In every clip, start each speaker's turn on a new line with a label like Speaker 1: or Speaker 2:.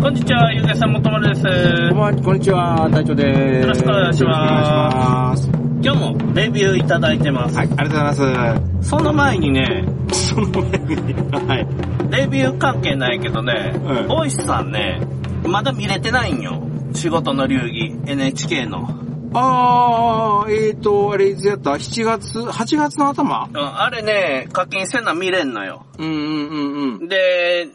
Speaker 1: こんにちは、ゆうげさんもとまるです。
Speaker 2: どうもこんにちは、隊長です。。
Speaker 1: よろしくお願いします今日もレビューいただいてます。
Speaker 2: はい、ありがとうございま
Speaker 1: その前にね、
Speaker 2: す。その前に、はい。
Speaker 1: レビュー関係ないけどね、
Speaker 2: うん
Speaker 1: ボイスさんね、まだ見れてないんよ。仕事の流儀、NHK の。うん
Speaker 2: あー、えーと、あれ、いつやった ?7 月、8月の頭
Speaker 1: あれね、課金せな見れんのよ。
Speaker 2: うんうんうんうん。
Speaker 1: で、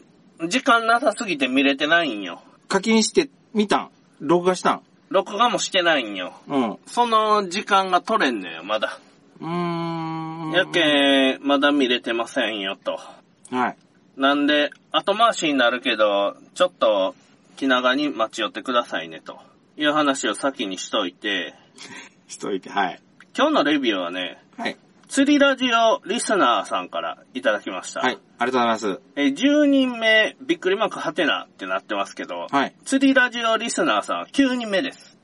Speaker 1: 時間なさすぎて見れてないんよ。
Speaker 2: 課金して、見たん録画したん
Speaker 1: 録画もしてないんよ。
Speaker 2: うん。う
Speaker 1: その時間が取れんのよ、まだ。
Speaker 2: ーん。
Speaker 1: やけん、まだ見れてませんよ、と。
Speaker 2: はい。
Speaker 1: なんで、後回しになるけど、ちょっと、気長に待ち寄ってくださいね、という話を先にしといて、
Speaker 2: しといて、はい。
Speaker 1: 今日のレビューはね、
Speaker 2: はい。
Speaker 1: 釣りラジオリスナーさんからいただきました。
Speaker 2: はい、ありがとうございます。
Speaker 1: えー10人目、びっくりマークハテナってなってますけど、
Speaker 2: はい。
Speaker 1: 釣りラジオリスナーさん9人目 です。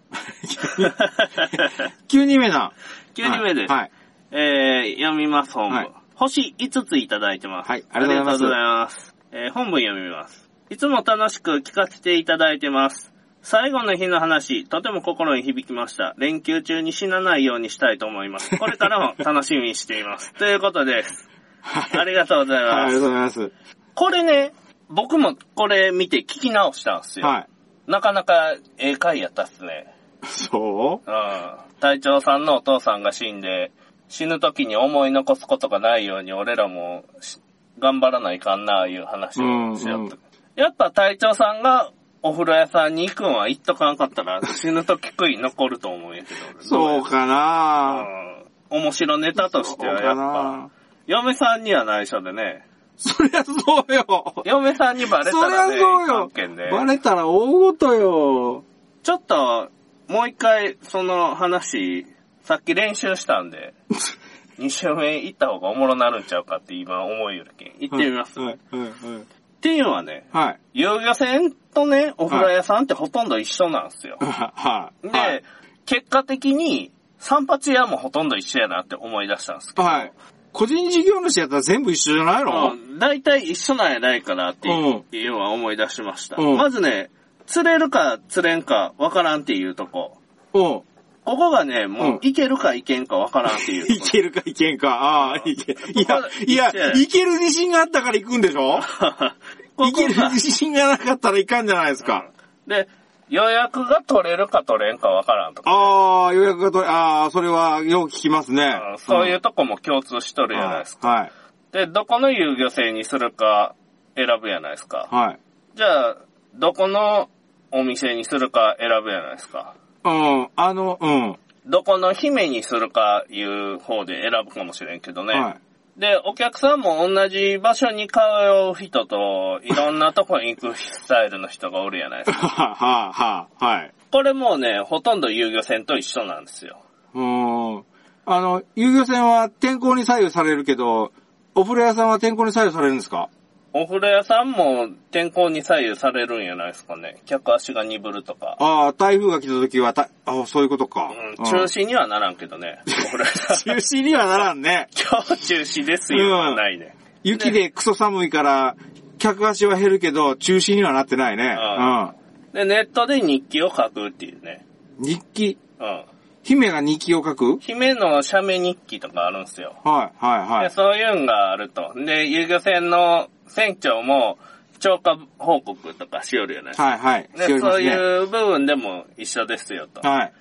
Speaker 2: 9人目な。
Speaker 1: 9人目です。
Speaker 2: はい。
Speaker 1: えー、読みます、本文。
Speaker 2: はい
Speaker 1: 星5ついただいてます。
Speaker 2: はいありがとうござい
Speaker 1: あり
Speaker 2: ます
Speaker 1: がとうございます。えー、本文読みます。いつも楽しく聞かせていただいてます。最後の日の話、とても心に響きました。連休中に死なないようにしたいと思います。これからも楽しみにしてい ます。ということです。
Speaker 2: はい。
Speaker 1: ありがとうござい
Speaker 2: はい、あ
Speaker 1: ま
Speaker 2: り
Speaker 1: す。
Speaker 2: がとうございます。
Speaker 1: これね、僕もこれ見て聞き直したんですよ。
Speaker 2: はい。
Speaker 1: なかなかええ回やったっすね。
Speaker 2: そう
Speaker 1: うん。隊長さんのお父さんが死んで、死ぬ時に思い残すことがないように俺らもし頑張らないかんな、いう話をしよった。
Speaker 2: うんうん
Speaker 1: やっぱ隊長さんがお風呂屋さんに行くんは行っとかんかったら死ぬ時悔い残ると思うんやけど。俺
Speaker 2: そう。か
Speaker 1: う
Speaker 2: な、
Speaker 1: ん。面白ネタとしてはやっぱ、嫁さんには内緒でね、
Speaker 2: そりゃそうよ。
Speaker 1: 嫁さんにバレた
Speaker 2: そりゃ
Speaker 1: らね、
Speaker 2: そう
Speaker 1: 関
Speaker 2: よ
Speaker 1: 係で。。
Speaker 2: バレたら大ごとよ。
Speaker 1: ちょっと、もう一回、その話、さっき練習したん で、2周目行った方がおもろなるんちゃうかって今思いよるけん。行ってみます。
Speaker 2: は
Speaker 1: っ
Speaker 2: い、はい、はい。
Speaker 1: ていうのはね、
Speaker 2: はい。
Speaker 1: 遊漁船とね、お風呂屋さんってほとんど一緒なんですよ。
Speaker 2: はい。
Speaker 1: で、
Speaker 2: はい。
Speaker 1: 結果的に、散髪屋もほとんど一緒やなって思い出したんですけど、
Speaker 2: はい。個人事業主やったら全部一緒じゃないの、
Speaker 1: うん大体一緒なんやないかなっていうのは思い出しました。
Speaker 2: うん
Speaker 1: まずね、釣れるか釣れんかわからんっていうとこ。
Speaker 2: うん。
Speaker 1: ここがね、もう
Speaker 2: うん、
Speaker 1: いけるかいけんかわからんっていう。
Speaker 2: いけるかいけんか。ああ、いけ。いや、いや、いける自信があったから行くんでしょ
Speaker 1: こ
Speaker 2: いけ
Speaker 1: こ
Speaker 2: る
Speaker 1: が。
Speaker 2: 自信がなかったらいかんじゃないですか。
Speaker 1: で、予約が取れるか取れんかわからんとか、
Speaker 2: ああ、予約が取れ、ああ、それはよく聞きますね。
Speaker 1: そういううとこも共通しとる
Speaker 2: じ
Speaker 1: やないですか。
Speaker 2: はい。
Speaker 1: で、どこの遊漁船にするか選ぶやないですか。
Speaker 2: はい。
Speaker 1: じゃあ、どこのお店にするか選ぶやないですか。
Speaker 2: うん、あの、うん。
Speaker 1: どこの姫にするかいう方で選ぶかもしれんけどね。
Speaker 2: はい。
Speaker 1: で、お客さんも同じ場所に通う人と、いろんなとこに行くスタイルの人がおるやないですか
Speaker 2: はあ、はあ、はい。
Speaker 1: これもうね、ほとんど遊漁船と一緒なんですよ。
Speaker 2: うーん。あの、遊漁船は天候に左右されるけど、お風呂屋さんは天候に左右されるんですか
Speaker 1: お風呂屋さんも天候に左右されるんやないですかね。客足が鈍るとか。
Speaker 2: ああ、台風が来た時はた、ああ、そういうことか。
Speaker 1: うん、中止にはならんけど ね。お風呂屋さん。
Speaker 2: うん。中止にはならんね。
Speaker 1: 今日中止ですよ。
Speaker 2: うん
Speaker 1: ないね。
Speaker 2: 雪でクソ寒いから、客足は減るけど、中止にはなってないね。
Speaker 1: あで、ネットで日記を書くっていうね。
Speaker 2: うん。日記。
Speaker 1: うん。
Speaker 2: 姫が日記を書く
Speaker 1: 姫の写メ日記とかあるんですよ。
Speaker 2: はい、はい、は
Speaker 1: で、
Speaker 2: い。
Speaker 1: そういうんがあると。で、遊漁船の船長も、超過報告とかしよるやないですか。
Speaker 2: はい、はい。しお
Speaker 1: で、
Speaker 2: りま
Speaker 1: そう
Speaker 2: すね
Speaker 1: いう部分でも一緒ですよと。
Speaker 2: はい。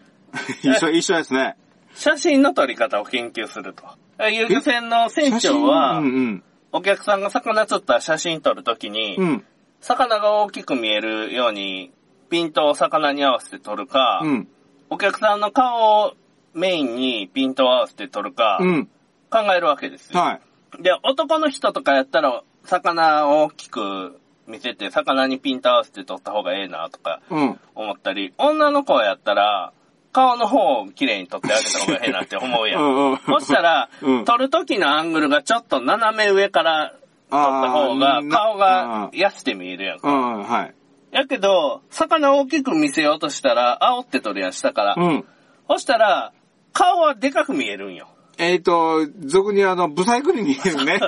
Speaker 2: 一緒、一緒ですね。
Speaker 1: 写真の撮り方を研究すると。遊漁船の船長は
Speaker 2: 写、真うん、
Speaker 1: お客さんが魚釣った写真撮るときに、
Speaker 2: うん。うん。
Speaker 1: 魚が大きく見えるように、ピントを魚に合わせて撮るか、
Speaker 2: うん。
Speaker 1: お客さんの顔をメインにピントを合わせて撮るか、
Speaker 2: うん。
Speaker 1: 考えるわけですよ。
Speaker 2: はい。
Speaker 1: で、男の人とかやったら、魚を大きく見せて、魚にピント合わせて撮った方がええなとか
Speaker 2: うん。
Speaker 1: 思ったり、女の子やったら、顔の方を綺麗に撮ってあげた方がええなって思 うやん。
Speaker 2: う んうん
Speaker 1: そしたら、
Speaker 2: うん
Speaker 1: 撮る時のアングルがちょっと斜め上から撮った方が
Speaker 2: あ、ーな
Speaker 1: 顔が痩せて見えるやんか。
Speaker 2: うん、はい。
Speaker 1: やけど、魚を大きく見せようとしたら、煽って撮るやん、下から。
Speaker 2: うん。
Speaker 1: そしたら、顔はでかく見えるんよ。
Speaker 2: えっ、と、俗にあの、ブサイクに見え るね。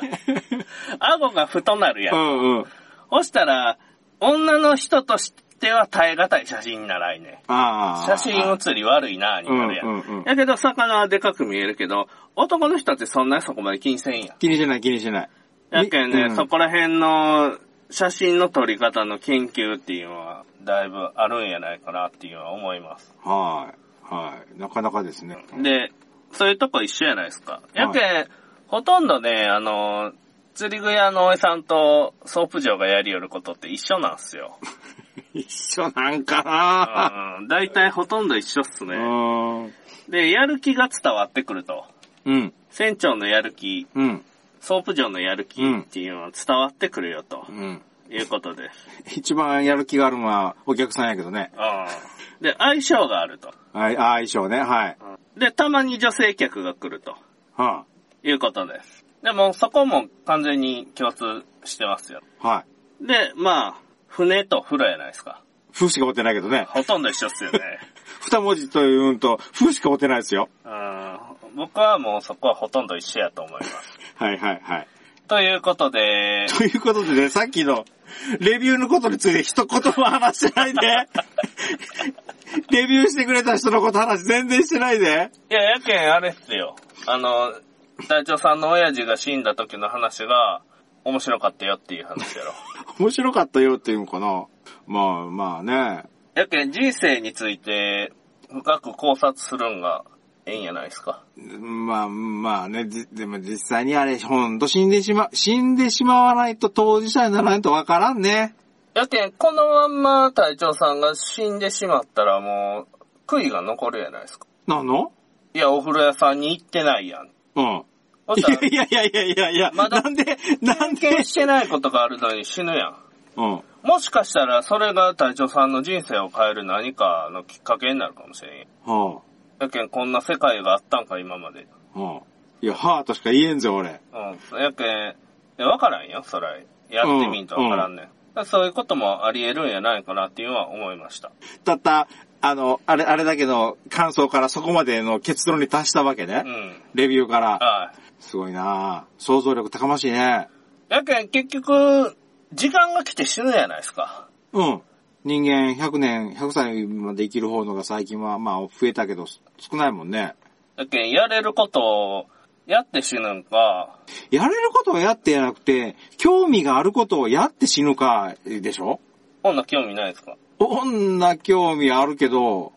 Speaker 1: 顎が太なるや。
Speaker 2: うんんうん。
Speaker 1: そしたら、女の人としっては耐え難い写真ならいね。
Speaker 2: ああ。
Speaker 1: 写真写り悪いな、になるやん。
Speaker 2: うんうんうん
Speaker 1: やけど、魚はでかく見えるけど、男の人ってそんなにそこまで気にせんやん。
Speaker 2: 気にしない気にしない。
Speaker 1: やけんね、
Speaker 2: うん
Speaker 1: そこら辺の写真の撮り方の研究っていうのは、だいぶあるんやないかなっていうのは思います。
Speaker 2: はい。はい。なかなかですね。
Speaker 1: で、そういうとこ一緒やないですか。やけん、ほとんどね、あの、釣り具屋のおいさんとソープ嬢がやりよることって一緒なんす よ。
Speaker 2: 一緒なんかな
Speaker 1: うん、大体ほとんど一緒っす
Speaker 2: う
Speaker 1: ね。
Speaker 2: ん。
Speaker 1: で、やる気が伝わってくると。
Speaker 2: うん。
Speaker 1: 船長のやる気、
Speaker 2: うん。
Speaker 1: ソープ嬢のやる気っていうのは伝わってくるよと
Speaker 2: うん。
Speaker 1: いうことです。
Speaker 2: 一番やる気があるのはお客さんやけどね。
Speaker 1: うん。で、相性があると。
Speaker 2: はい。ああ、衣装ね。はい。
Speaker 1: で、たまに女性客が来ると
Speaker 2: は
Speaker 1: いうことです。でも、そこも完全に共通してますよ。
Speaker 2: あ、はい。
Speaker 1: で、まあ、船と風呂やないですか。
Speaker 2: 風しか持ってないけどね。
Speaker 1: ほとんど一緒っすよね。
Speaker 2: 二文字というんと、風しか持ってないですよ。
Speaker 1: うん。僕はもうそこはほとんど一緒やと思います。
Speaker 2: はいはいはい。
Speaker 1: ということで、
Speaker 2: ということでね、さっきの、レビューのことについて一言も話してないで。 レビューしてくれた人のこと話全然してないで。
Speaker 1: いや、やけんあれっすよ。あの、隊長さんの親父が死んだ時の話が面白かったよっていう話やろ。
Speaker 2: 面白かったよっていうのかな。まあまあね。
Speaker 1: やけん人生について深く考察するんがええんやないですか。
Speaker 2: まあまあね、じでも実際にあれ、ほんと死んでしま、死んでしまわないと当事者にならないとわからんね。
Speaker 1: やけん、このまんま隊長さんが死んでしまったらもう悔いが残るやないですか。
Speaker 2: なんの
Speaker 1: いや、お風呂屋さんに行ってないやん。
Speaker 2: うん。
Speaker 1: そ
Speaker 2: い
Speaker 1: したら、
Speaker 2: やいやいやいやいや、
Speaker 1: まだ
Speaker 2: なんで、なんで、
Speaker 1: 経験してないことがあるのに死ぬやん。
Speaker 2: うん。
Speaker 1: もしかしたらそれが隊長さんの人生を変える何かのきっかけになるかもしれんやん。
Speaker 2: は
Speaker 1: やけん、こんな世界があったんか、今まで。
Speaker 2: あ、はあ。いや、はあとしか言えんぞ、俺。
Speaker 1: うん。やけん、いやわからんよ、それ。やってみんとわからんねん。だからそういうこともあり得るんやないかなっていうのは思いました。
Speaker 2: たった、あの、あれ、あれだけの感想からそこまでの結論に達したわけね
Speaker 1: う。ん。
Speaker 2: レビューから。
Speaker 1: はい。
Speaker 2: すごいなあ想像力高ましいね。
Speaker 1: やけん、結局、時間が来て死ぬやないですか。
Speaker 2: うん。人間100年、100歳まで生きる方のが最近は、まあ、増えたけど、少ないもんね。
Speaker 1: やけん、やれることを、やって死ぬんか、
Speaker 2: やれることをやってやなくて、興味があることをやって死ぬか、でしょ
Speaker 1: こんな興味ないですか。
Speaker 2: 女興味あるけど、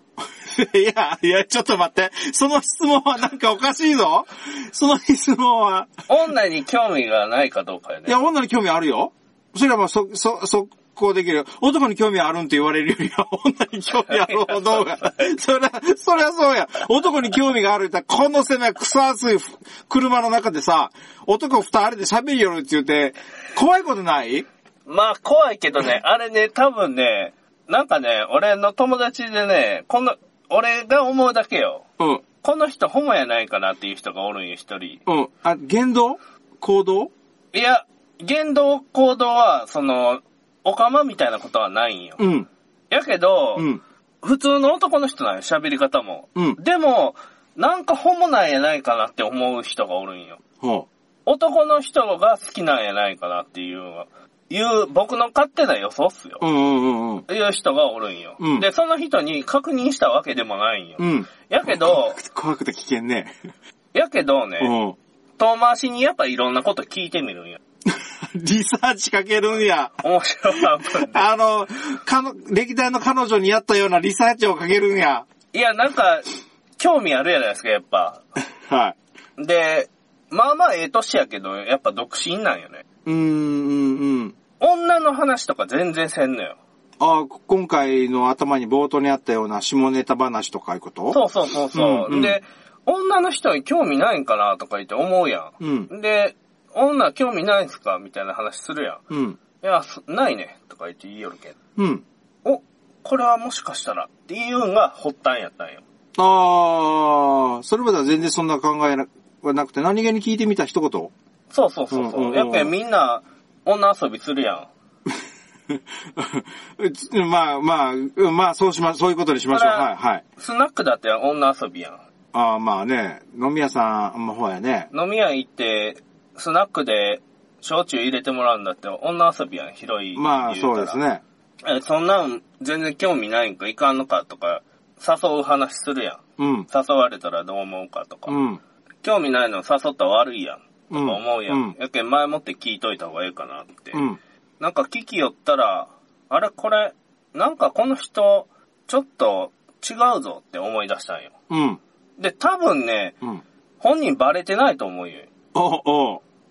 Speaker 2: いや、いや、ちょっと待って。その質問はなんかおかしいぞ。その質問は。
Speaker 1: 女に興味がないかどうかや
Speaker 2: い
Speaker 1: ね。
Speaker 2: や、女に興味あるよ。それはもうそ、そ、そ、こうできるよ。男に興味あるんって言われるよりは、 女に興味ある方の方が。そりゃ、そりゃそうや。男に興味があるって言ったら、この狭い、クソ暑いふ車の中でさ、男二人で喋りよるって言って、怖いことない
Speaker 1: まあ、怖いけどね、あれね、多分ね、なんかね、俺の友達でね、この、俺が思うだけよ。
Speaker 2: うん、
Speaker 1: この人ホモやないかなっていう人がおるんよ、一人。
Speaker 2: うん。あ、言動行動
Speaker 1: いや、言動、行動は、その、オカマみたいなことはないんよ。
Speaker 2: うん、
Speaker 1: やけど、
Speaker 2: うん、
Speaker 1: 普通の男の人なんよ、喋り方も。
Speaker 2: うん。
Speaker 1: でも、なんかホモなんやないかなって思う人がおるんよ。
Speaker 2: ほ
Speaker 1: 男の人が好きなんやないかなっていう、いう、僕の勝手な予想っすよ
Speaker 2: う。。うん、うん、うん。
Speaker 1: いう人がおるんよ、
Speaker 2: うん
Speaker 1: で、その人に確認したわけでもないんよ。
Speaker 2: うん。
Speaker 1: やけど、
Speaker 2: 怖くて危険ね。
Speaker 1: やけど
Speaker 2: う
Speaker 1: ね、
Speaker 2: ん。
Speaker 1: 遠回しにやっぱいろんなこと聞いてみるんよ。
Speaker 2: リサーチかけるんや。
Speaker 1: 面白半分で。
Speaker 2: あの、かの、歴代の彼女にやったようなリサーチをかけるんや。
Speaker 1: いや、なんか、興味あるやないですか、やっぱ。
Speaker 2: はい。
Speaker 1: で、まあまあええ年やけど、やっぱ独身なんよね。
Speaker 2: うーん、うん、うん。
Speaker 1: 女の話とか全然せんのよ。
Speaker 2: あこ今回の頭に冒頭にあったような下ネタ話とかいうこと
Speaker 1: そうそうそうそう。
Speaker 2: うんうん
Speaker 1: で、女の人に興味ないんかなとか言って思うや
Speaker 2: う。うん。
Speaker 1: ん。で、女興味ないんすかみたいな話するやん。
Speaker 2: うん。
Speaker 1: いや、そないね。とか言って言いよるけん。
Speaker 2: うん。
Speaker 1: お、これはもしかしたらっていうんが発端やったんよ。
Speaker 2: あー、それまでは全然そんな考えはなくて、何気に聞いてみた一言。
Speaker 1: そうそうそうそう。
Speaker 2: うんうんうん
Speaker 1: やっぱりみんな女遊びするやん。
Speaker 2: まあまあ、うんまあそうしま、そういうことにしましょう。
Speaker 1: あら
Speaker 2: はい、はい。
Speaker 1: スナックだって女遊びやん。
Speaker 2: あーまあね、飲み屋さん、まあほうやね。
Speaker 1: 飲み屋行って、スナックで焼酎入れてもらうんだって女遊びやん、広い。
Speaker 2: まあそうです。ね。
Speaker 1: え、そんなん全然興味ないんか、いかんのかとか、誘う話するやん。
Speaker 2: うん。
Speaker 1: 誘われたらどう思うかとか。
Speaker 2: うん。
Speaker 1: 興味ないの誘ったら悪いやん。とか
Speaker 2: うん
Speaker 1: 思うやん。
Speaker 2: うん
Speaker 1: やけん前もって聞いといた方がいいかなって。
Speaker 2: うん。
Speaker 1: なんか聞きよったら、あれこれ、なんかこの人、ちょっと違うぞって思い出したんよ。
Speaker 2: うん。
Speaker 1: で、多分ね、
Speaker 2: うん。
Speaker 1: 本人バレてないと思うよ。
Speaker 2: おお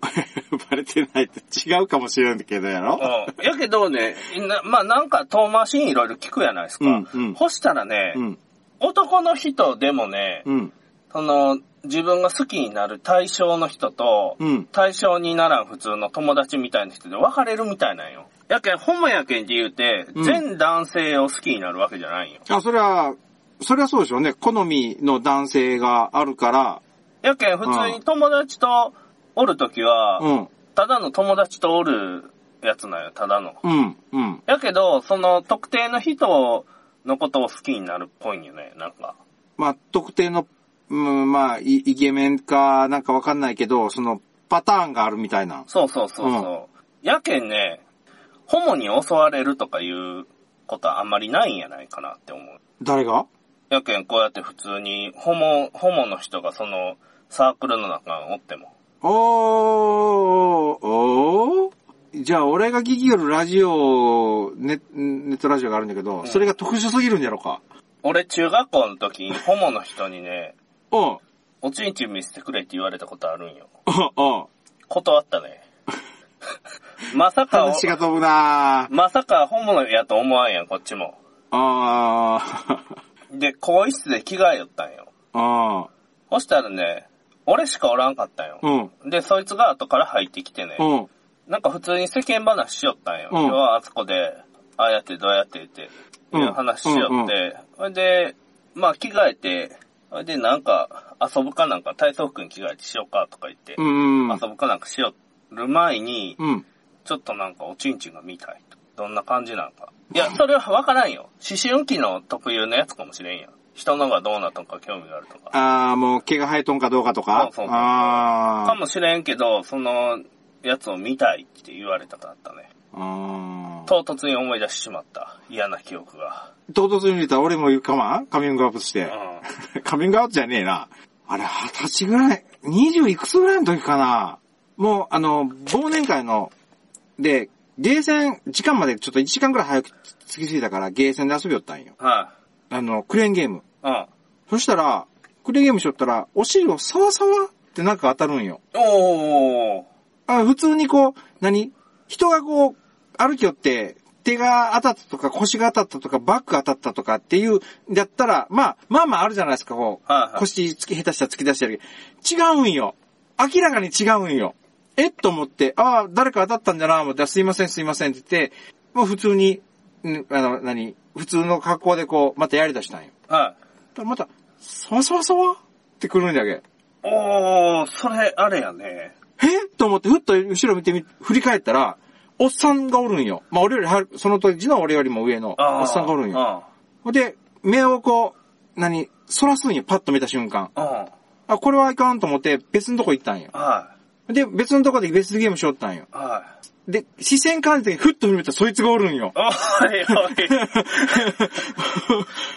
Speaker 2: バレてないって違うかもしれんけどやろ
Speaker 1: うん。やけどね、なまあなんか遠回しにいろいろ聞くやないですか。
Speaker 2: うんうん
Speaker 1: ほしたらね、
Speaker 2: うん。
Speaker 1: 男の人でもね、
Speaker 2: うん。
Speaker 1: その、自分が好きになる対象の人と、
Speaker 2: うん。
Speaker 1: 対象にならん普通の友達みたいな人で別れるみたいなんよ。やけん、ほんまやけんって言うて、
Speaker 2: うん
Speaker 1: 全男性を好きになるわけじゃないんよ。
Speaker 2: あ、それは、それはそうでしょうね。好みの男性があるから、
Speaker 1: やけん、普通に友達とおるときは、
Speaker 2: うん。
Speaker 1: ただの友達とおるやつなんよ、ただの。
Speaker 2: うん。うん。
Speaker 1: やけど、その特定の人のことを好きになるっぽいんよね、なんか。
Speaker 2: まあ、特定の、うん、まあ、イイケメンかなんかわかんないけど、その、パターンがあるみたいな。
Speaker 1: そうそうそうそう。やけんね、ホモに襲われるとかいうことはあんまりないんやないかなって思う。
Speaker 2: 誰が
Speaker 1: やけんこうやって普通に、ホモ、ホモの人がそのサークルの中におっても。
Speaker 2: おー、おーじゃあ、俺が聞きよるラジオ、ネネットラジオがあるんだけど、それが特殊すぎるんやろか。
Speaker 1: 俺中学校の時にホモの人にね、
Speaker 2: うん。
Speaker 1: おちんちん見せてくれって言われたことあるんよ。
Speaker 2: うん。
Speaker 1: 断ったね。 まさか、
Speaker 2: 話が飛ぶなぁ。
Speaker 1: まさかホモやと思わんやん、こっちも。
Speaker 2: あ
Speaker 1: で、更衣室で着替えよったんよ。
Speaker 2: ー。あ
Speaker 1: そしたらね、俺しかおらんかったんよ。
Speaker 2: ー。うん。
Speaker 1: で、そいつが後から入ってきてね、
Speaker 2: うん。
Speaker 1: なんか普通に世間話しよったんよ。
Speaker 2: うん
Speaker 1: 今日はあそこで、ああやってどうやってって、
Speaker 2: うん
Speaker 1: いう話しよって、それで、まあ着替えて、それでなんか遊ぶかなんか体操服に着替えてしようかとか言って、
Speaker 2: うん。
Speaker 1: 遊ぶかなんかしよる前に、
Speaker 2: うん。
Speaker 1: ちょっとなんかおちんちんが見たいと。どんな感じなんか。いや、それはわからんよ。思春期の特有のやつかもしれんやん。人のがどうなとんか興味があるとか。
Speaker 2: あー、もう毛が生えとんかどうかとか
Speaker 1: そうそうそうか
Speaker 2: あー
Speaker 1: もしれんけど、その、やつを見たいって言われたかったね。
Speaker 2: あー。
Speaker 1: 唐突に思い出してしまった。嫌な記憶が。
Speaker 2: 唐突に見たら俺も言うかまんカミングアップし
Speaker 1: う
Speaker 2: て。
Speaker 1: ん。
Speaker 2: カミングアウトじゃねえな。あれ、二十歳ぐらい、二十いくつぐらいの時かな。もう、あの、忘年会の、で、ゲーセン、時間までちょっと1時間ぐらい早く着きすぎたから、ゲーセンで遊びよったんよ。
Speaker 1: は
Speaker 2: あの、クレーンゲーム。
Speaker 1: い。うん。
Speaker 2: そしたら、クレーンゲームしよったら、お尻をサワサワってなんか当たるんよ。
Speaker 1: おー。
Speaker 2: あ普通にこう、何人がこう、歩きよって、手が当たったとか腰が当たったとかバック当たったとかっていう、だったら、まあ、まあまああるじゃないですか、こう。
Speaker 1: はいはい。
Speaker 2: 腰つき、下手したら突き出したり。違うんよ。明らかに違うんよ。えっと思って、ああ、誰か当たったんだな思って、あすいません、すいませんって言って、もう普通に、んあの、何普通の格好でこう、またやりだしたんよ。
Speaker 1: はい。
Speaker 2: ただまた、そわそわそわってくるんだけ。
Speaker 1: おー、それ、あれやね。
Speaker 2: えと思って、ふっと後ろ見てみ、振り返ったら、おっさんがおるんよ。まあ、俺よりは、その当時の俺よりも上の、
Speaker 1: あー
Speaker 2: おっさんがおるんよ。ほんで、目をこう、何、反らすんよ、パッと見た瞬間。
Speaker 1: うん。うん。
Speaker 2: あ、これはいかんと思って、別のとこ行ったんよ。
Speaker 1: は
Speaker 2: で、別のとこで別のゲームしよったんよ。
Speaker 1: い。はい。
Speaker 2: で、視線感じて、ふっと見るとそいつがおるんよ。
Speaker 1: おいおい。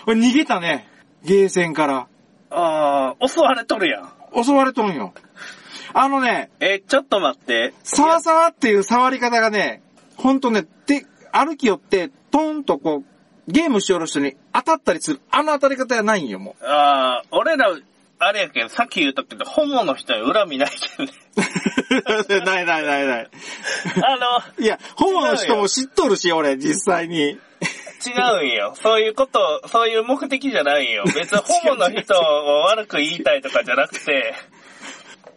Speaker 2: 俺逃げたね。ゲーセンから。
Speaker 1: あー、襲われとるやん。
Speaker 2: 襲われとんよ。あのね、
Speaker 1: え、ちょっと待って。
Speaker 2: サワサワっていう触り方がね、ほんとね、で、歩き寄って、トンとこう、ゲームしよる人に当たったりする。あの当たり方がないんよ、も
Speaker 1: あー、俺ら、あれやけど、さっき言ったけど、ホモの人に恨みないけどね。
Speaker 2: う。ないないないない。
Speaker 1: あ
Speaker 2: いや、ホモの人も知っとるし、俺、実際に。
Speaker 1: の、違うん よ。そういうこと、そういう目的じゃないよ。別にホモの人を悪く言いたいとかじゃなく て、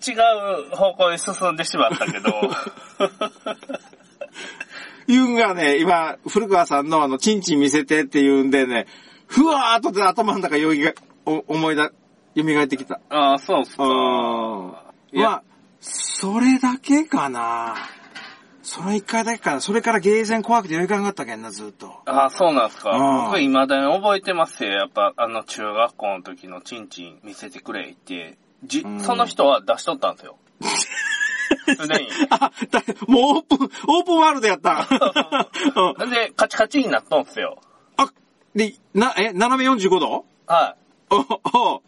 Speaker 1: 違う方向に進んでしまったけど。
Speaker 2: ユンがね、今、古川さんのあの、チンチン見せてって言うんでね、ふわーっとで頭の中よぎが、お思いだ、蘇ってきた。
Speaker 1: ああ、そうっす
Speaker 2: う
Speaker 1: か。
Speaker 2: ん。
Speaker 1: いや
Speaker 2: まあ、それだけかな。その一回だけかな。それからゲーセン怖くてよりかんかったけんな、ずっと。
Speaker 1: ああ、そうなんすか。
Speaker 2: うん
Speaker 1: 僕未だに覚えてますよ。やっぱ、あの、中学校の時のチンチン見せてくれって、じ
Speaker 2: う ん、
Speaker 1: その人は出しとったんですよ。何
Speaker 2: あ、だもうオープン、オープンワールドやった。うん
Speaker 1: なんで、カチカチになっとんすよ。
Speaker 2: あ、で、な、え、斜め45度
Speaker 1: は
Speaker 2: おお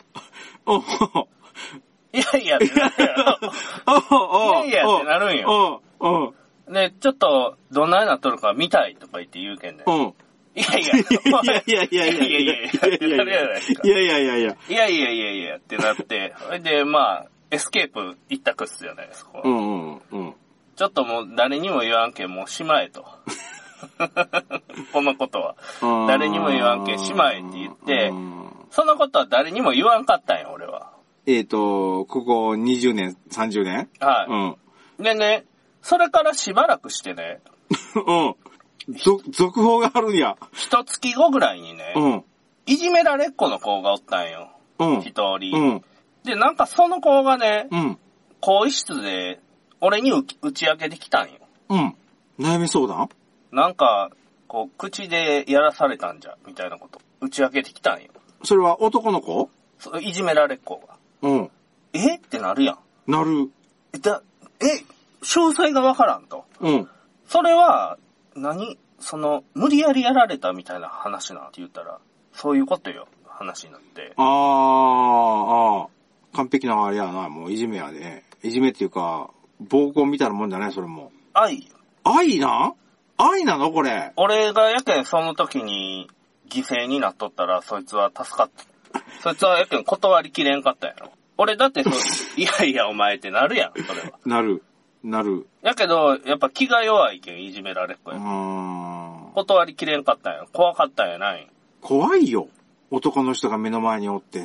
Speaker 2: おお
Speaker 1: い。いやいや、ってなるや ろ
Speaker 2: おお
Speaker 1: いやいやってなるん
Speaker 2: よ。おお
Speaker 1: で、ちょっと、どんなになっとるか見たいとか言って言うけんね。
Speaker 2: お
Speaker 1: いやいや、
Speaker 2: いやいやいやいやいやいや
Speaker 1: いやいやいやいやいやいやいやいや
Speaker 2: いやいやいやいや。
Speaker 1: いやいやいやいやってなって、それで、まあ、エスケープ一択っすよね、そこは
Speaker 2: うんうんうん。
Speaker 1: ちょっともう誰にも言わんけん、もうしまえと。 こんなことは。誰にも言わんけんしまえって言って
Speaker 2: うん
Speaker 1: そんなことは誰にも言わんかったんよ、俺は。
Speaker 2: えっと、ここ20年、30年う
Speaker 1: は
Speaker 2: ん。
Speaker 1: い。でね、それからしばらくしてね、
Speaker 2: うん。ぞ続報があるんや。
Speaker 1: 一月後ぐらいにね、
Speaker 2: うん。
Speaker 1: いじめられっ子の子がおったんよ。
Speaker 2: うん。
Speaker 1: 一
Speaker 2: う
Speaker 1: 人。
Speaker 2: ん。
Speaker 1: で、なんかその子がね、
Speaker 2: うん。
Speaker 1: 更衣室で、俺に打ち打ち明けてきたんよ。
Speaker 2: うん。悩み相談
Speaker 1: なんか、こう、口でやらされたんじゃ、みたいなこと。打ち明けてきたんよ。
Speaker 2: それは男の子
Speaker 1: そういじめられっ子が。
Speaker 2: うん。
Speaker 1: えってなるやん。
Speaker 2: なる。
Speaker 1: だ、え、詳細がわからんと。
Speaker 2: うん。
Speaker 1: それは、何その、無理やりやられたみたいな話なんて言ったら、そういうことよ、話になって。
Speaker 2: あー、あー。完璧なあれやな、もういじめやね。いじめっていうか、暴行みたいなもんじゃない、それも。
Speaker 1: 愛よ。
Speaker 2: 愛なん愛なのこれ。
Speaker 1: 俺がやけんその時に犠牲になっとったら、そいつは助かった。そいつはやけん断りきれんかったやろ。俺だってそ、いやいやお前ってなるやん、それは。
Speaker 2: なる。なる。
Speaker 1: やけど、やっぱ気が弱いけんいじめられっ子
Speaker 2: う
Speaker 1: や。
Speaker 2: ーん。
Speaker 1: 断りきれんかったんや。怖かったんやない。
Speaker 2: 怖いよ。男の人が目の前におって、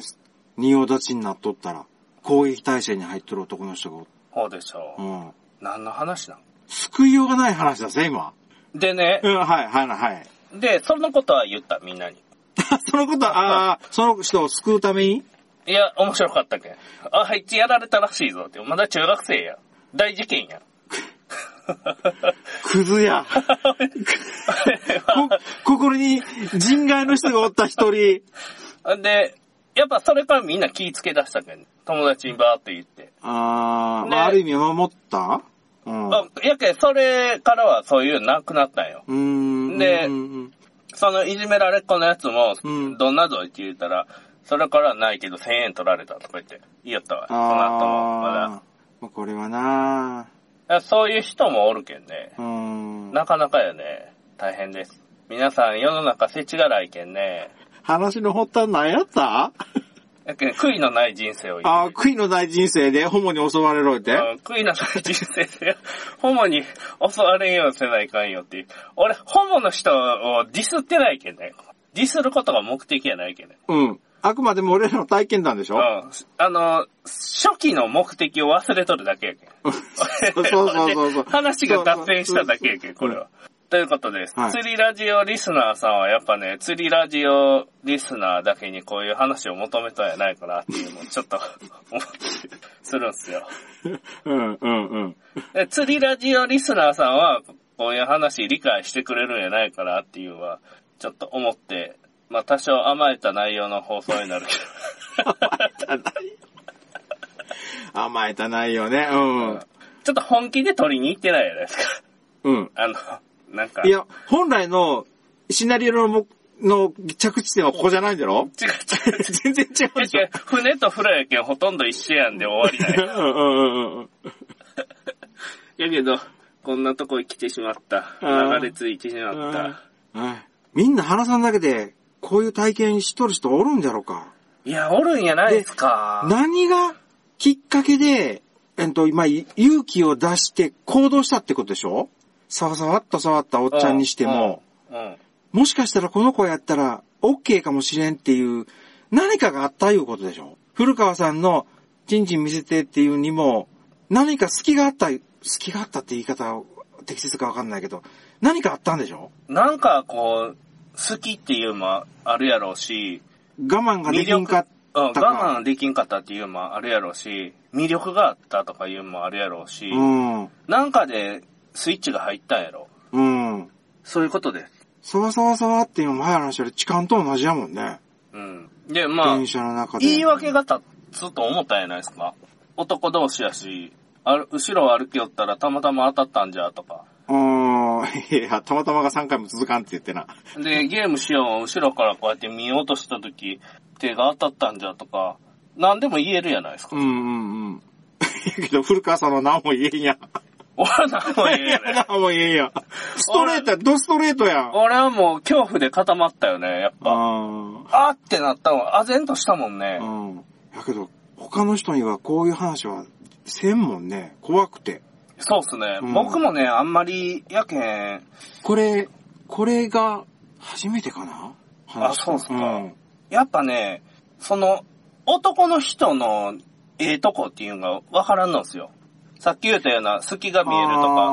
Speaker 2: 仁王立ちになっとったら、攻撃体制に入っとる男の人がおっ
Speaker 1: ほうでしょう。
Speaker 2: うん。
Speaker 1: 何の話なん
Speaker 2: 救いようがない話だぜ、今。
Speaker 1: でね、
Speaker 2: うん、はい、はい、はい。
Speaker 1: で、そのことは言った、みんなに。
Speaker 2: そのことは、ああ、その人を救うために
Speaker 1: いや、面白かったけん。あ、あいつやられたらしいぞって。まだ中学生や。大事件や。
Speaker 2: ク ズや。こ、心に人外の人がおった一人。
Speaker 1: で、やっぱそれからみんな気ぃつけ出したけん。友達にバーって言って。
Speaker 2: ああ、
Speaker 1: ね
Speaker 2: まあ、ある意味守ったうん。
Speaker 1: あやけん、それからはそういうのなくなったんよ。
Speaker 2: うーん。
Speaker 1: で
Speaker 2: うん
Speaker 1: そのいじめられっ子のやつも、
Speaker 2: うん
Speaker 1: どんなぞって言ったら、それからはないけど1000円取られたとか言って、言いよったわ。その後も、まだ
Speaker 2: あーまあ、これはな
Speaker 1: だから。そういう人もおるけんね。
Speaker 2: うーん。
Speaker 1: なかなかやね、大変です。皆さん世の中世知がいけんね。
Speaker 2: 話の発端何やった
Speaker 1: やけん悔いのない人生を生き
Speaker 2: ああ、悔いのない人生でホモに襲われろって。
Speaker 1: うん悔いのない人生で、ホモに襲われんようにせないかんよっていう。俺、ホモの人をディスってないけんね。ディスることが目的やないけんね。
Speaker 2: うん。あくまでも俺らの体験談でし
Speaker 1: うん。
Speaker 2: ょ、
Speaker 1: あの、初期の目的を忘れとるだけやけん。
Speaker 2: そうそうそうそう。
Speaker 1: 話が脱線しただけやけん、これは。ということです。
Speaker 2: はい
Speaker 1: 釣りラジオリスナーさんはやっぱね、釣りラジオリスナーだけにこういう話を求めたんやないかなっていうのをちょっと 思ってするんすよ。
Speaker 2: うんうんうん。
Speaker 1: で釣りラジオリスナーさんはこういう話理解してくれるんやないかなっていうのは、ちょっと思って、まあ多少甘えた内容の放送になるけ
Speaker 2: 甘えたないよね。う
Speaker 1: ど、
Speaker 2: ん
Speaker 1: ちょっと本気で取りに行ってないじゃないですか。
Speaker 2: うん。うん。
Speaker 1: あの、なんか。
Speaker 2: いや、本来のシナリオのもの着地点はここじゃないんだ ろ
Speaker 1: 違う違う。
Speaker 2: 全然違うでしょ
Speaker 1: やけん船と船やけんほとんど一緒やんで終わりだ
Speaker 2: う
Speaker 1: よ。
Speaker 2: んうんうんうん。
Speaker 1: やけど、こんなとこに来てしまった。
Speaker 2: うん
Speaker 1: 流れついてしまった。
Speaker 2: はいみんな原さんだけで、こういう体験しとる人おるんじゃろうか。
Speaker 1: いや、おるんやないですか。
Speaker 2: 何がきっかけで、えっと、今、勇気を出して行動したってことでしょさわさわっと触ったおっちゃんにしても、
Speaker 1: うん。うん。
Speaker 2: もしかしたらこの子やったら OK かもしれんっていう、何かがあったいうことでしょ古川さんの、ちんちん見せてっていうにも、何か隙があった、隙があったって言い方適切かわかんないけど、何かあったんでしょ
Speaker 1: なんかこう、好きっていうのもあるやろうし、
Speaker 2: 我慢ができんかっ
Speaker 1: うん、
Speaker 2: たから
Speaker 1: 我慢できんかったっていうのもあるやろうし、魅力があったとかいうのもあるやろうし、
Speaker 2: うん。
Speaker 1: なんかでスイッチが入ったんやろ。
Speaker 2: うん。
Speaker 1: そういうことです。
Speaker 2: そわそわそわっていうの前話したら痴漢と同じやもんね。
Speaker 1: うん。で、まあ
Speaker 2: 電、車の中で。
Speaker 1: 言い訳が立つと思ったんやないですか。男同士やし、ある後ろを歩きよったらたまたま当たったんじゃ、とか。
Speaker 2: うーん、いや、たまたまが3回も続かんって言ってな。
Speaker 1: で、ゲームしよう、後ろからこうやって見落とした時、手が当たったんじゃ、とか。何でも言えるじゃないですか
Speaker 2: う。んうんうん。 やけど、古川さんの何も言えんやん。
Speaker 1: 俺は何も言えない。
Speaker 2: 何も言えんやん。ストレートや、ドストレートやん。あ
Speaker 1: 俺はもう恐怖で固まったよね、やっぱ。
Speaker 2: あ
Speaker 1: あーってなったもん。あぜんとしたもんね
Speaker 2: ー。。うん。やけど、他の人にはこういう話はせんもんね。怖くて。
Speaker 1: そうっすね。
Speaker 2: うん
Speaker 1: 僕もね、あんまり、やけん、
Speaker 2: これ、これが初めてかな話した
Speaker 1: そうっすか
Speaker 2: ん
Speaker 1: やっぱね、その、男の人のええとこっていうのがわからんのですよ。さっき言ったような隙が見えるとか、
Speaker 2: あ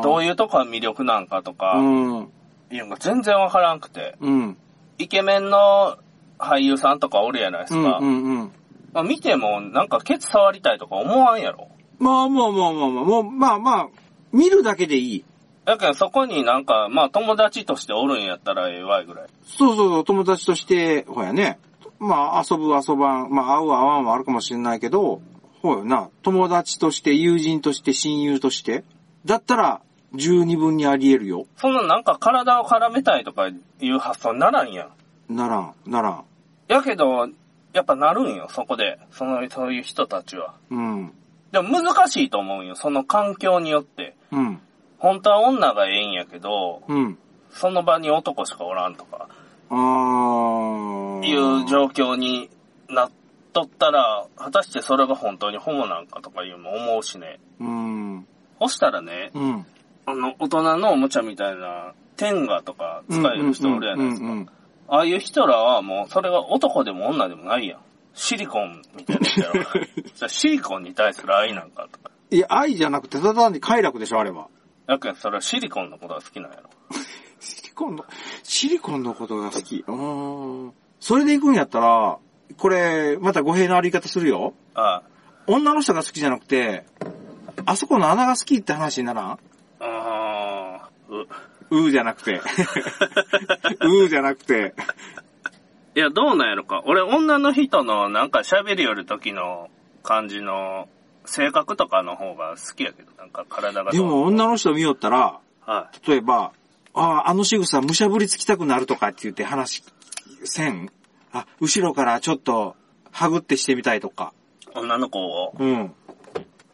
Speaker 2: ー
Speaker 1: どういうとこが魅力なんかと
Speaker 2: う
Speaker 1: か、
Speaker 2: ん。
Speaker 1: いうのが全然わからんくて。
Speaker 2: うん。
Speaker 1: イケメンの俳優さんとかおるやないです
Speaker 2: う
Speaker 1: か。
Speaker 2: んうんうん。
Speaker 1: まあ見ても、なんかケツ触りたいとか思わんやろ。
Speaker 2: まあまあまあまあまあ、もうまあまあ、見るだけでいい。
Speaker 1: だけどそこになんか、まあ友達としておるんやったらええわいぐらい。
Speaker 2: そうそうそう、友達として、ほやね。まあ、遊ぶ遊ばん、まあ、会う会わんはあるかもしれないけど、ほやな。友達として、友人として、親友として。だったら、十二分にあり得るよ。
Speaker 1: そんななんか体を絡めたいとかいう発想にならんやん。
Speaker 2: ならん、ならん。
Speaker 1: やけど、やっぱなるんよ、そこで。その、そういう人たちは。
Speaker 2: うん。
Speaker 1: でも難しいと思うんよ、その環境によって。
Speaker 2: うん。
Speaker 1: 本当は女がええんやけど、
Speaker 2: うん。
Speaker 1: その場に男しかおらんとか、
Speaker 2: あー。
Speaker 1: いう状況になっとったら、果たしてそれが本当にホモなんかとかいうのも思うしね。
Speaker 2: うん。
Speaker 1: そしたらね、
Speaker 2: うん。
Speaker 1: あの、大人のおもちゃみたいな、テンガとか使える人おるやないですか。
Speaker 2: うんうんうん
Speaker 1: ああいう人らはもう、それが男でも女でもないやん。シリコンみたいな人やろじ ゃあシリコンに対する愛なんかとか。
Speaker 2: いや、愛じゃなくて、ただ単に快楽でしょ、あれは。
Speaker 1: だけどそれはシリコンのことが好きなんやろ。
Speaker 2: シリコンの、シリコンのことが好き。うーん。それで行くんやったら、これ、また語弊のあり方するよ。
Speaker 1: あ
Speaker 2: 女の人が好きじゃなくて、あそこの穴が好きって話にならん
Speaker 1: あ。あーう
Speaker 2: うーじゃなくて。うーじゃなくて。
Speaker 1: いや、どうなんやろか。俺、女の人のなんか喋りよる時の感じの性格とかの方が好きやけど、なんか体がど
Speaker 2: で
Speaker 1: う。
Speaker 2: も女の人見よったら、
Speaker 1: はい。
Speaker 2: 例えば、ああ、あの仕草、むしゃぶりつきたくなるとかって言って話せんあ、後ろからちょっと、はぐってしてみたいとか。
Speaker 1: 女の子を、
Speaker 2: うん。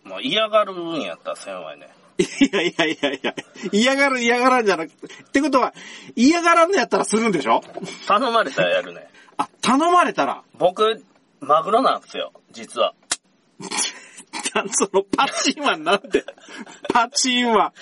Speaker 1: もう嫌がるんやったらせんわいね。
Speaker 2: いやいやいやいや、嫌がる嫌がらんじゃなくて、ってことは、嫌がらんのやったらするんでしょ
Speaker 1: 頼まれたらやるね。
Speaker 2: あ、頼まれたら、
Speaker 1: 僕、マグロなんですよ、実は。
Speaker 2: そのパチンはなんでパチンは。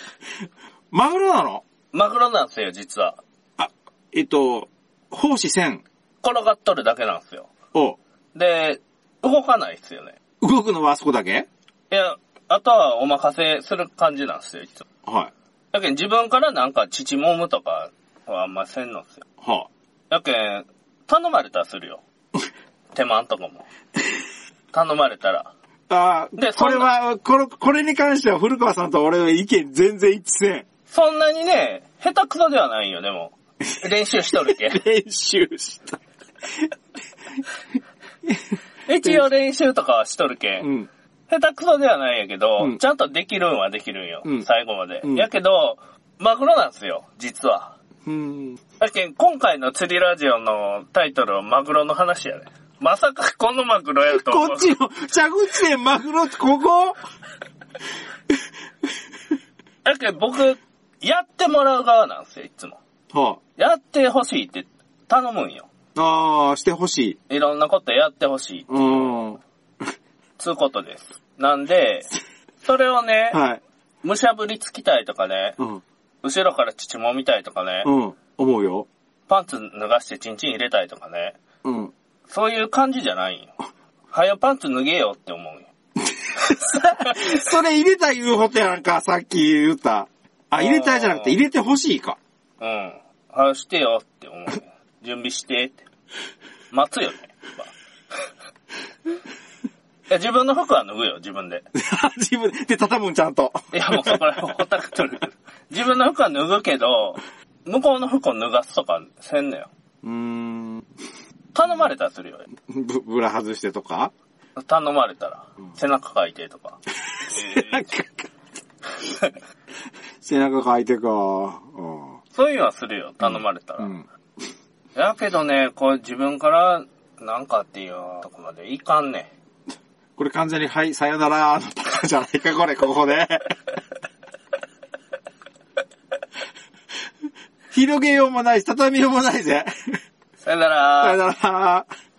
Speaker 2: マグロなの
Speaker 1: マグロなんですよ、実は。
Speaker 2: あ、えっと、奉仕線
Speaker 1: 転がっとるだけなんですよ。
Speaker 2: を
Speaker 1: で、動かないっすよね。
Speaker 2: 動くのはあそこだけ
Speaker 1: いや、あとはお任せする感じなんですよ、いつも。
Speaker 2: はい。
Speaker 1: やけん自分からなんか父もむとかはあんませんのっすよ。
Speaker 2: は
Speaker 1: やけん、頼まれたらする よ。手間んとかも。頼まれたら。
Speaker 2: あ。ああ
Speaker 1: で、
Speaker 2: これは、これ、これに関しては古川さんと俺の意見全然一致せん。
Speaker 1: そんなにね、下手くそではないんよ、でも。練習しとる けん。
Speaker 2: 練習した。
Speaker 1: 一応練習とかはしとるけん
Speaker 2: う。ん。
Speaker 1: 下手くそではないんやけど、
Speaker 2: うん
Speaker 1: ちゃんとできるんはできるんよ。
Speaker 2: うん
Speaker 1: 最後まで、
Speaker 2: うん
Speaker 1: やけど、マグロなんすよ、実は。
Speaker 2: うん。
Speaker 1: だけん今回の釣りラジオのタイトルはマグロの話やね。まさかこのマグロやると思う
Speaker 2: こっちの着地点マグロってここ
Speaker 1: だけど僕、やってもらう側なんすよ、いつも。
Speaker 2: は
Speaker 1: やってほしいって頼むんよ。
Speaker 2: あ。ああ、してほしい。
Speaker 1: いろんなことやってほしい。
Speaker 2: うん。は
Speaker 1: つうことです。なんで、それをね、
Speaker 2: い。
Speaker 1: むしゃぶりつきたいとかね、
Speaker 2: うん。
Speaker 1: 後ろから乳もみたいとかね、
Speaker 2: うん。思うよ。
Speaker 1: パンツ脱がしてチンチン入れたいとかね、
Speaker 2: うん。
Speaker 1: そういう感じじゃないんよ。はよパンツ脱げよって思うんよ。
Speaker 2: それ入れた言うことやんか、さっき言った。あ、入れたいじゃなくて入れてほしいか。
Speaker 1: うん。はよしてよって思うよ。準備してって。待つよね。やっぱ いや自分の服は脱ぐよ、自分で。
Speaker 2: 自分で畳むんちゃんと。
Speaker 1: いや、もうそこら辺ほったくとるけど。自分の服は脱ぐけど、向こうの服を脱がすとかせんのよ。
Speaker 2: うーん。
Speaker 1: 頼まれたらするよ。
Speaker 2: ぶ、ぶら外してとか
Speaker 1: 頼まれたら。背中かいてとか。
Speaker 2: 背中か。背中かいてか。
Speaker 1: そういうのはするよ、頼まれた
Speaker 2: う
Speaker 1: ら。
Speaker 2: ん。
Speaker 1: だけどね、これ自分から、なんかっていうとこまでいかんね。
Speaker 2: これ完全に、はい、さよなら、のパターンじゃないか、これ、ここで。広げようもないし、畳みようもないぜ。
Speaker 1: さよなら
Speaker 2: さよなら。